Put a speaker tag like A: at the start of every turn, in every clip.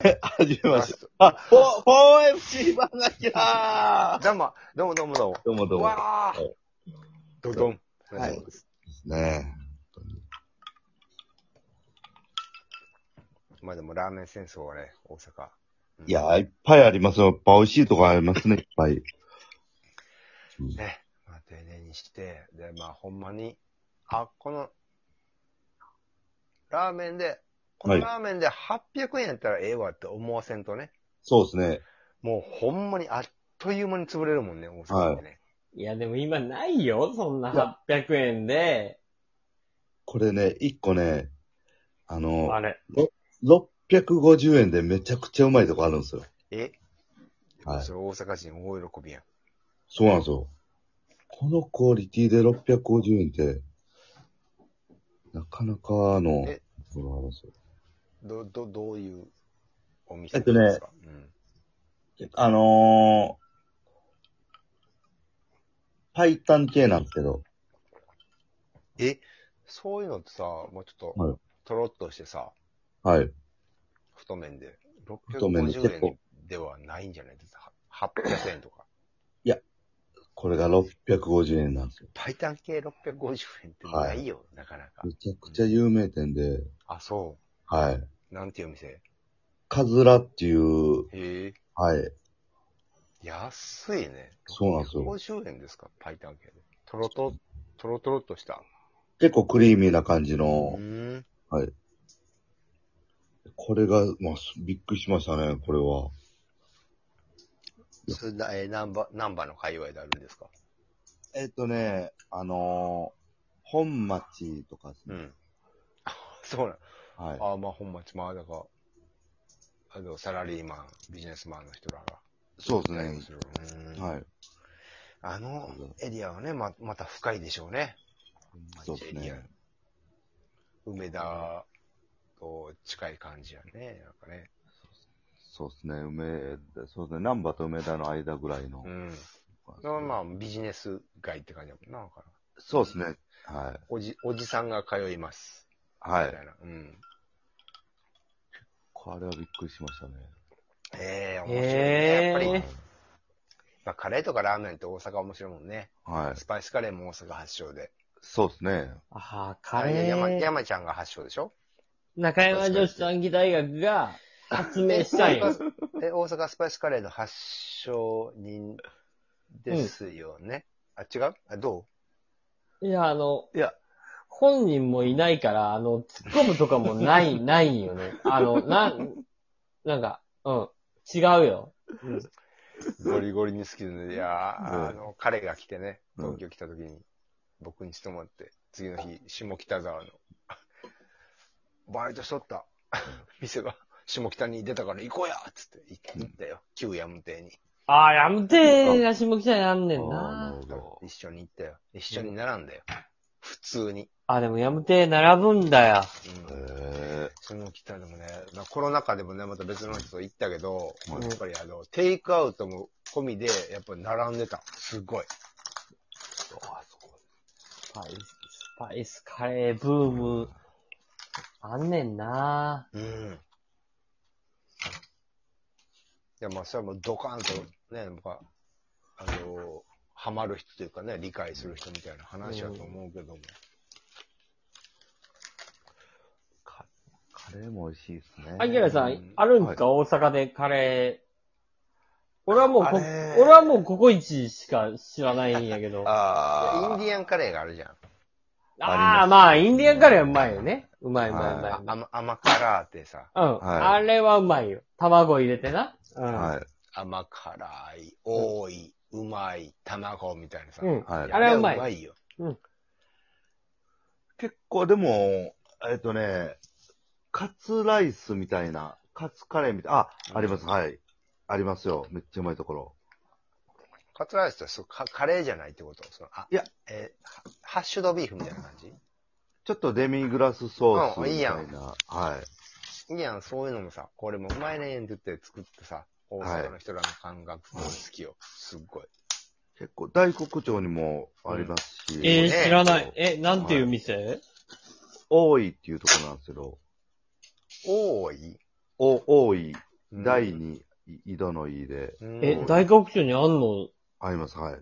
A: はじめまして。
B: ど
A: あ、フォー 4FC バナキラー
B: うも、どうもどうもどうも。
A: どうもどうも。
B: わ
A: はい
B: ーどどん。
A: はい
B: どうもです。
A: ね
B: まあでもラーメン戦争はね、大阪。うん
A: いや、ー、いっぱいありますよ。やっぱ美味しいとこあり ますね、いっぱい。
B: ね。まあ丁寧にして、で、まあほんまに、あ、この、ラーメンで、こ
A: は
B: の
A: い
B: ラーメンで800円やったらええわって思わせんとね、
A: そうですね。
B: もうほんまにあっという間に潰れるもんね、大阪ってね。
C: いや、でも今ないよ、そんな800円で。
A: これね、一個ね、あの、
C: あれ。
A: 650円でめちゃくちゃうまいとこあるんですよ。
B: え
A: はい
B: それ大阪人大喜びやん。
A: そうなんですよ。このクオリティで650円って、なかなかの、
B: え
A: ところあるんですよ
B: ど、ど、どういうお店
A: えっとね
B: ですか、うん。
A: あのー、パイタン系なんですけど、
B: え、そういうのってさ、もうちょっ
A: はい
B: と、とろっとしてさ、
A: はい。
B: 太麺で、
A: 太麺で結
B: 650
A: 構
B: 円ではないんじゃないですか。800円とか。
A: これが650円なんですよ。
B: パイタン系650円ってないよ、なかなか
A: め。ちゃくちゃ有名店で、
B: あ、そ
A: はい。
B: う。なんていうお店へ
A: カズラっていう、
B: え。
A: はい。
B: 安いね。
A: そうなんですよ
B: 50円ですか、パイタン系で。とろと、とろとろっとした。
A: 結構クリーミーな感じ
B: う
A: の、
B: ーん。
A: これが、まあ、すびっくりしましたね、これは。
B: それな、えー、なんば、なんばの界隈であるんですか
A: えっとね、あのー、本町とかです
B: う
A: ね。
B: ん。あそうなん。
A: はい。
B: あまあ、本町、まあ、だから、あの、サラリーマン、ビジネスマンの人らが。
A: そうで
B: ね
A: すね。
B: うん
A: はい。
B: あのエリアはね、ま、また深いでしょうね。
A: そうです
B: エリ
A: ね
B: ア。梅田と近い感じやね。なんかね。
A: そうですね、梅、そうですね、南波と梅田の間ぐらいの
B: う。ん。まあまあ、ビジネス街って感じやもんな。なんか
A: そうですね。はい。
B: おじ、おじさんが通います。
A: は
B: み
A: い
B: た。いな。うん。
A: これはびっくりしましたね。
B: ええ面白いね。
C: へー
B: やっぱり、まあ、カレーとかラーメンって大阪面白いもんね。
A: はい。
B: スパイスカレーも大阪発祥で。
A: そうですね。
C: ああ、カ
B: あれ、
C: レ
B: 山、
C: ー。
B: 山ちゃんが発祥でしょ
C: 中山女子短期大学が発明したんよ。
B: え、大阪スパイスカレーの発祥人ですよね。あ、違うあ、ど
C: いや、あの、
B: いや
C: 本人もいないから、あの、突っ込むとかも ない、ないんよね。あの、なん、なんか、うん、違うよ。
B: うゴリゴリに好きでね。いやー、
A: うん
B: あの、彼が来てね、
A: うん
B: 東京来た時に、僕に勤まって、次の日、下北沢の、 バイトしとった、 店が、下北に出たから行こうやっつって行っ
A: うん
B: 行ったよ。旧ヤム亭に。
C: ああ、やめてーが下北にあんねんな。
A: るほ
B: 一緒に行ったよ。一緒に並んだよ。普通に。
C: あ、でもやめてー並ぶんだよ。
B: う
A: ど。
B: ん
A: へ
B: その北でもね、まあ、コロナ禍でもね、また別の人と行ったけど、
A: はい
B: やっぱりあの、テイクアウトも込みで、やっぱ並んでた。すごい。
C: スパイス、スパイスカレーブーム、あんねんな
B: うん。いや、まあ、それはもうドカーンとね、まあ、あの、ハマる人というかね、理解する人みたいな話だと思うけども。
A: カカレーも美味しいですね。
C: あきらさ
B: うんん、
C: あるんですか、大阪でカレー。俺はもうこ
B: あれ、
C: 俺はもうココイチしか知らないんやけど。あ
B: いや イ
A: あ
B: ンディアンカレーがあるじゃん。
C: あー、まあ、インディアンカレーはうまいよね。うまいうまいうまい
B: あ。甘甘辛ってさ、
C: うん、
A: はい
C: あれはうまいよ。卵入れてな。うん。
A: は
B: 甘辛い、多い、うまい、卵みたいなさ。
C: う
A: い。
C: ん。
A: はい。
C: あれはうまい
B: あれはうまいよ。
A: 結構でも、えっとね、カツライスみたいな、カツカレーみたいな、あ、
B: うん
A: あります、はい。ありますよ。めっちゃうまいところ。
B: カツライスってそうカカレーじゃないってことそのあ
A: いや、
B: えーハハッシュドビーフみたいな感じ
A: ちょっとデミグラスソース
B: うん
A: みた
B: いい
A: い
B: や
A: な。
B: ん
A: はい。
B: いいやん、そういうのもさ、これもうまいねんって言って作ってさ、大阪の人らの感覚も好きよ。すっごい。
A: 結構、大黒町にもありますし。
C: え
B: ね
C: ー、知らない。え、なんていう店
A: 多いっていうところなんですけど、
B: 多い
A: お、多い
B: うん
A: 第2、井戸の井で、
B: うん
C: え、大学中にあんの
A: 合います、はい。
C: へ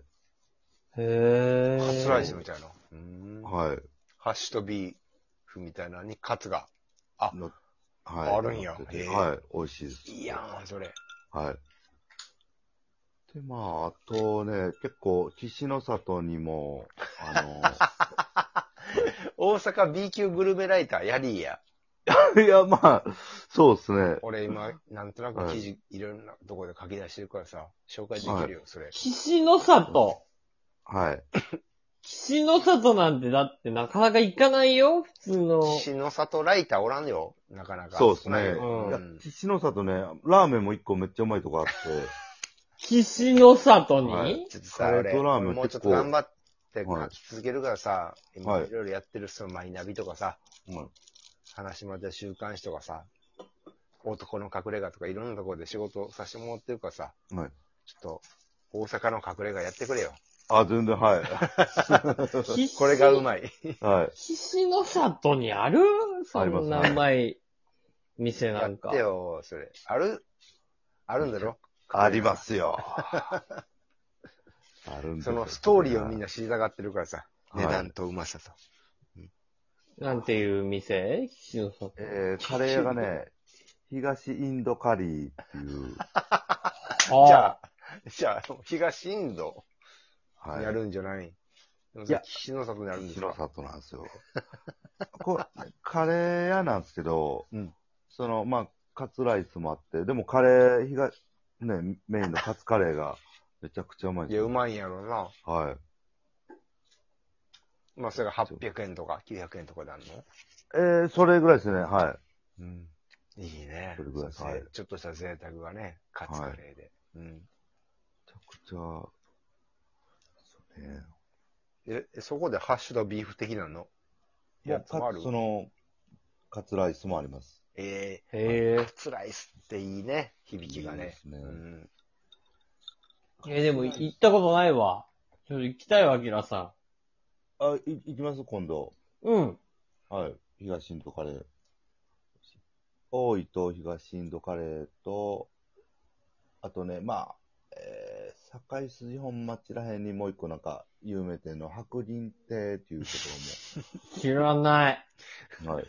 C: え。
B: カツライスみたいな。うん
A: はい。
B: ハッシュとビーフみたいなのにカツが。
A: のはい、
B: あるんや
A: 乗ってて
B: へえ
A: はい、美味しいです。
B: いいやん、それ。
A: はい。で、まあ、あとね、結構、岸の里にも、あ
B: 大阪 B 級グルメライター、やりーや。
A: の、いや、まあ、そうですね。
B: 俺今、なんとなく記事、いろんなところで書き出してるからさ、紹介できるよ、それ。
C: 岸の里。
A: はい。
C: 岸の里なんてだってなかなか行かないよ、普通の。
B: 岸の里ライターおらんよ、なかなか。
A: そうですね。
B: 少ないよ
A: いうや
B: ん、
A: 岸の里ね、ラーメンも一個めっちゃうまいとこあって、
C: 岸の里に、
A: はい
B: ちょっとさ、
A: カレー
B: 俺、
A: とラーメン
B: 俺もうちょっと
A: 結構
B: 頑張って
A: はい
B: 書き続けるからさ、今
A: はい
B: いろいろやってる、そのマイナビとかさ、
A: うん
B: 話してもらった週刊誌とかさ、男の隠れ家とかいろんなところで仕事させてもらってるからさ、
A: はい
B: ちょっと、大阪の隠れ家やってくれよ。
A: あ、全然、はい。
C: 岸
B: これがうまい。
A: はい。
C: 岸の里にあるそ
A: あります
C: んなうまい店な
B: や
C: ん
B: っ
C: か。
B: てよ、それ。ある、あるんだろ
A: あります よ。あるんです
B: そ
A: よ
B: のストーリーをみんな知りたがってるからさ、
A: はい
B: 値段とうまさと。
C: なんていう店岸の里。
A: えー、カレーが ね、東インドカリーっていう、
B: じ
C: あ
B: ゃあ、じゃあ、東インド
A: はい。
B: やるんじゃない、でも
A: いや
B: さ、岸の里にあるんです
A: 白
B: か
A: 里なん ですよ。これカレー屋なんですけど、
B: うん
A: その、まあ、カツライスもあって、でもカレー、ひが、ね、メインのカツカレーがめちゃくちゃうまいん
B: い
A: です
B: や、
A: よ
B: うまいんやろうな。
A: はい。
B: まあ、それが800円とか900円とかであるの
A: えー、それぐらいですね、は
B: うん。いいね。
A: それぐらい
B: そう
A: はい
B: ちょっとした贅沢がね、カツカレーで。うん。
A: い。めちゃくちゃ、そうね。
B: え、そこでハッシュドビーフ的なの
A: いや、
B: やつもあ
A: か
B: る
A: その、カツライスもあります。
B: え
C: あ。へ
B: ー、カツライスっていいね、響きがね。
A: いいですね
B: うん。
C: え。え、でも行ったことないわ。ちょっと行きたいわ、アキラさ
A: あ、い、行きます今度。
C: ん。うん。
A: はい。東インドカレー。大井と東インドカレーと、あとね、まあ、えー、堺筋本町らへんにもう一個なんか、有名店の白林亭っていうと
C: 知らない。
A: ころも。はい。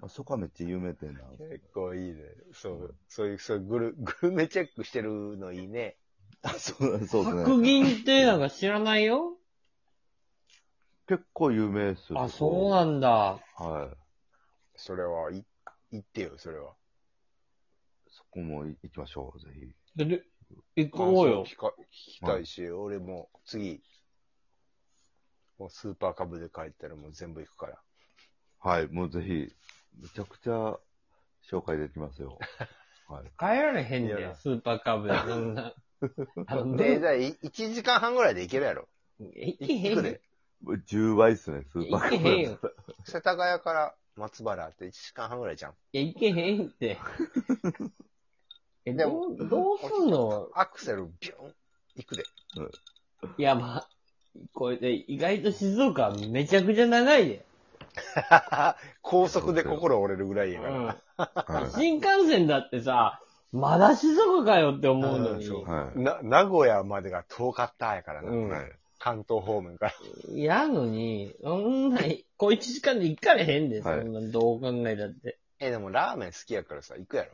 A: まあ、そこはめっちゃ有名店なん です
B: 結構いいね。そう、そういう、そういうグル、グルメチェックしてるのいいね。
A: あ、そう、そうです
C: 白
A: ね。
C: 銀ってなんか知らないよ。
A: 結構有名ですよ。
C: あ、そうなんだ。
A: んはい。
B: それは、い、言ってよ、それは。
A: そこも行きましょう、ぜひ。
C: でで、行こうよ
B: 感。想聞か聞きたいし、俺も次、もうスーパーカブで帰ったらもう全部行くから。
A: はい、もうぜひ、めちゃくちゃ紹介できます よ。はい。
C: 帰られへ
B: い
C: んね
B: や
C: ん、スーパー カブで。そんな。あの、
B: で、
C: で、
B: だい1時間半ぐらいで行けるやろ。
C: 行けへ
B: 行く
C: んね
B: で。
A: 10倍っすね、スーパーカ
C: 行けへんよ
A: ブ。
B: 世田谷から松原って1時間半ぐらいじゃん。
C: ん。いや、行けへ んって。え、
B: で
C: で
B: も
C: も、どうすんの
B: アクセルビュン行くで。
C: いや、まあ、これで、意外と静岡はめちゃくちゃ長いで。
B: 高速で心折れるぐらいやから。
A: はい
C: 新幹線だってさ、まだ静岡かよって思うのに。
B: うんそう
A: はい。
B: な、名古屋までが遠かったやからな。
C: うん
B: 関東方面から。
C: やのに、そんな、こう1時間で行かれへんで、そ
A: はい
C: んな、どう考えたって。
B: え、でもラーメン好きやからさ、行くやろ。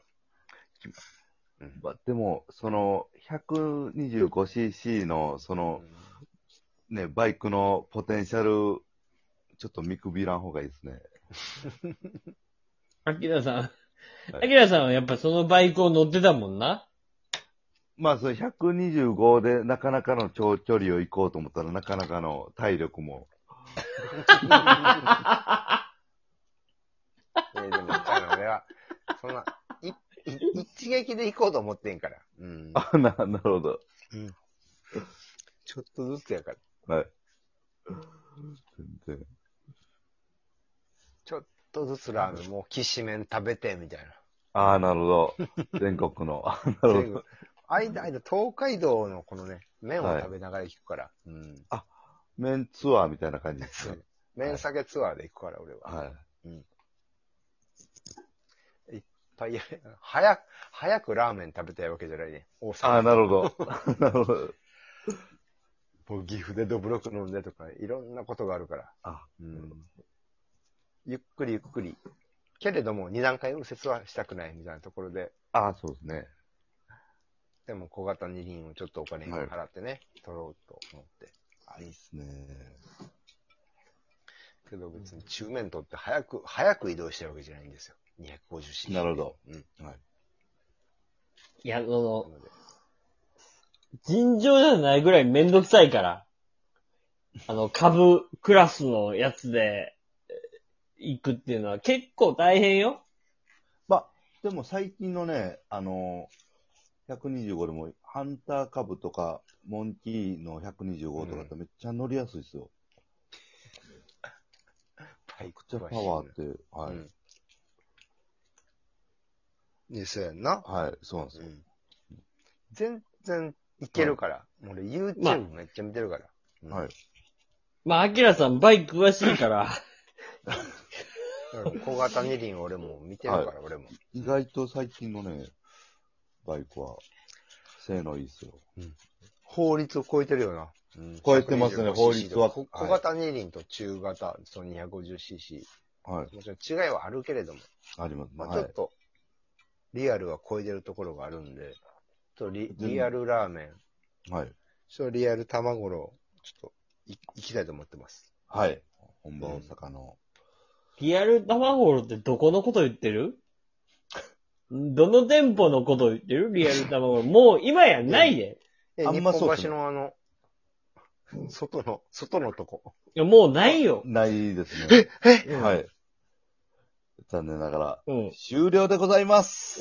A: まあでも、その、125cc の、その、ね、バイクのポテンシャル、ちょっと見くびらん方がいいですね。
C: アキラさん、
A: はい
C: アキラさんはやっぱそのバイクを乗ってたもんな。
A: まあ、その125でなかなかの長距離を行こうと思ったら、なかなかの体力も。
B: えーでも、あの俺は、そんな、い、い一撃で行こうと思ってんから。うん。
A: あ、 な、なるほど。
B: ちょっとずつやから。
A: はい。全然。
B: ちょっとずつラーメン、もう、きしめん食べて、みたい
A: ああ、なる ほど。全国の。 あなる
B: な。
A: ほ
B: 全
A: ど。
B: 部間、間、東海道のこのね、麺を食べながら行くから。うん。
A: メンツアーみたいな感じです
B: そ
A: ね
B: う。麺酒ツアーで行くから、俺は。
A: はい。
B: いっぱいやれ、早く、早くラーメン食べたいわけじゃないね。大
A: ああ、
B: 阪。
A: なるほど。 なるほど。
B: もう岐阜でどぶろく飲んでとか、いろんなことがあるから。
A: あ、う
B: うん
A: ん。
B: ゆっくりゆっくり。けれども、二段階右折はしたくないみたいなところで、
A: ああ、そうですね。
B: でも小型二輪をちょっとお金
A: はい
B: 払ってね、取ろうと思って。
A: あ、いいっすね。
B: けど別に中面取って早く、早く移動してるわけじゃないんですよ。250cc。
A: なるほど。
B: うん。
A: はい。
C: いや、そ
B: な
C: の、
B: ので
C: 尋常じゃないぐらいめんどくさいから。あの、株クラスのやつで、え行くっていうのは結構大変よ。
A: まあ、でも最近のね、あの、125でも、ハンター株とか、モンキーの125とかってめっちゃ乗りやすいですよ。
B: バイク
A: めっちゃパワーって、はい。
B: うんね、そうやんな。
A: はい、そうなんですよ。
B: 全然いけるから。俺 YouTube めっちゃ見てるから。うん
A: はい。
C: まあ、アキラさんバイク詳しいから。
B: だから小型二輪俺も見てるから、
A: は
B: 俺も。
A: 意外と最近のね、バイクは、性能いいですよ。
B: 法律を超えてるよな。
A: 超えてますね
B: 125cc
A: 法律は
B: と
A: はい
B: 小型二輪と中型、その 250cc。
A: はい。
B: もちろん違いはあるけれども、
A: あります。
B: まあ、
A: は
B: ち
A: い
B: ょっと、リアルは超えてるところがあるんで、ちょっとリリアルラーメン、
A: はい。
B: ちょっとリアル卵ごろ、ちょっとい、行きたいと思ってます。
A: はい。本場大阪の。
C: リアル玉ホールってどこのこと言ってるどの店舗のこと言ってるリアル玉ホール。もう今やないで。
B: え、
A: あん
B: 日
A: まそう
B: 本
A: っす
B: 橋
A: ね
B: のあの、外の、外のとこ。
C: いやもうないよ。
A: ないですね。
B: え
A: はい。残念ながら、
C: うん。
A: 終了でございます。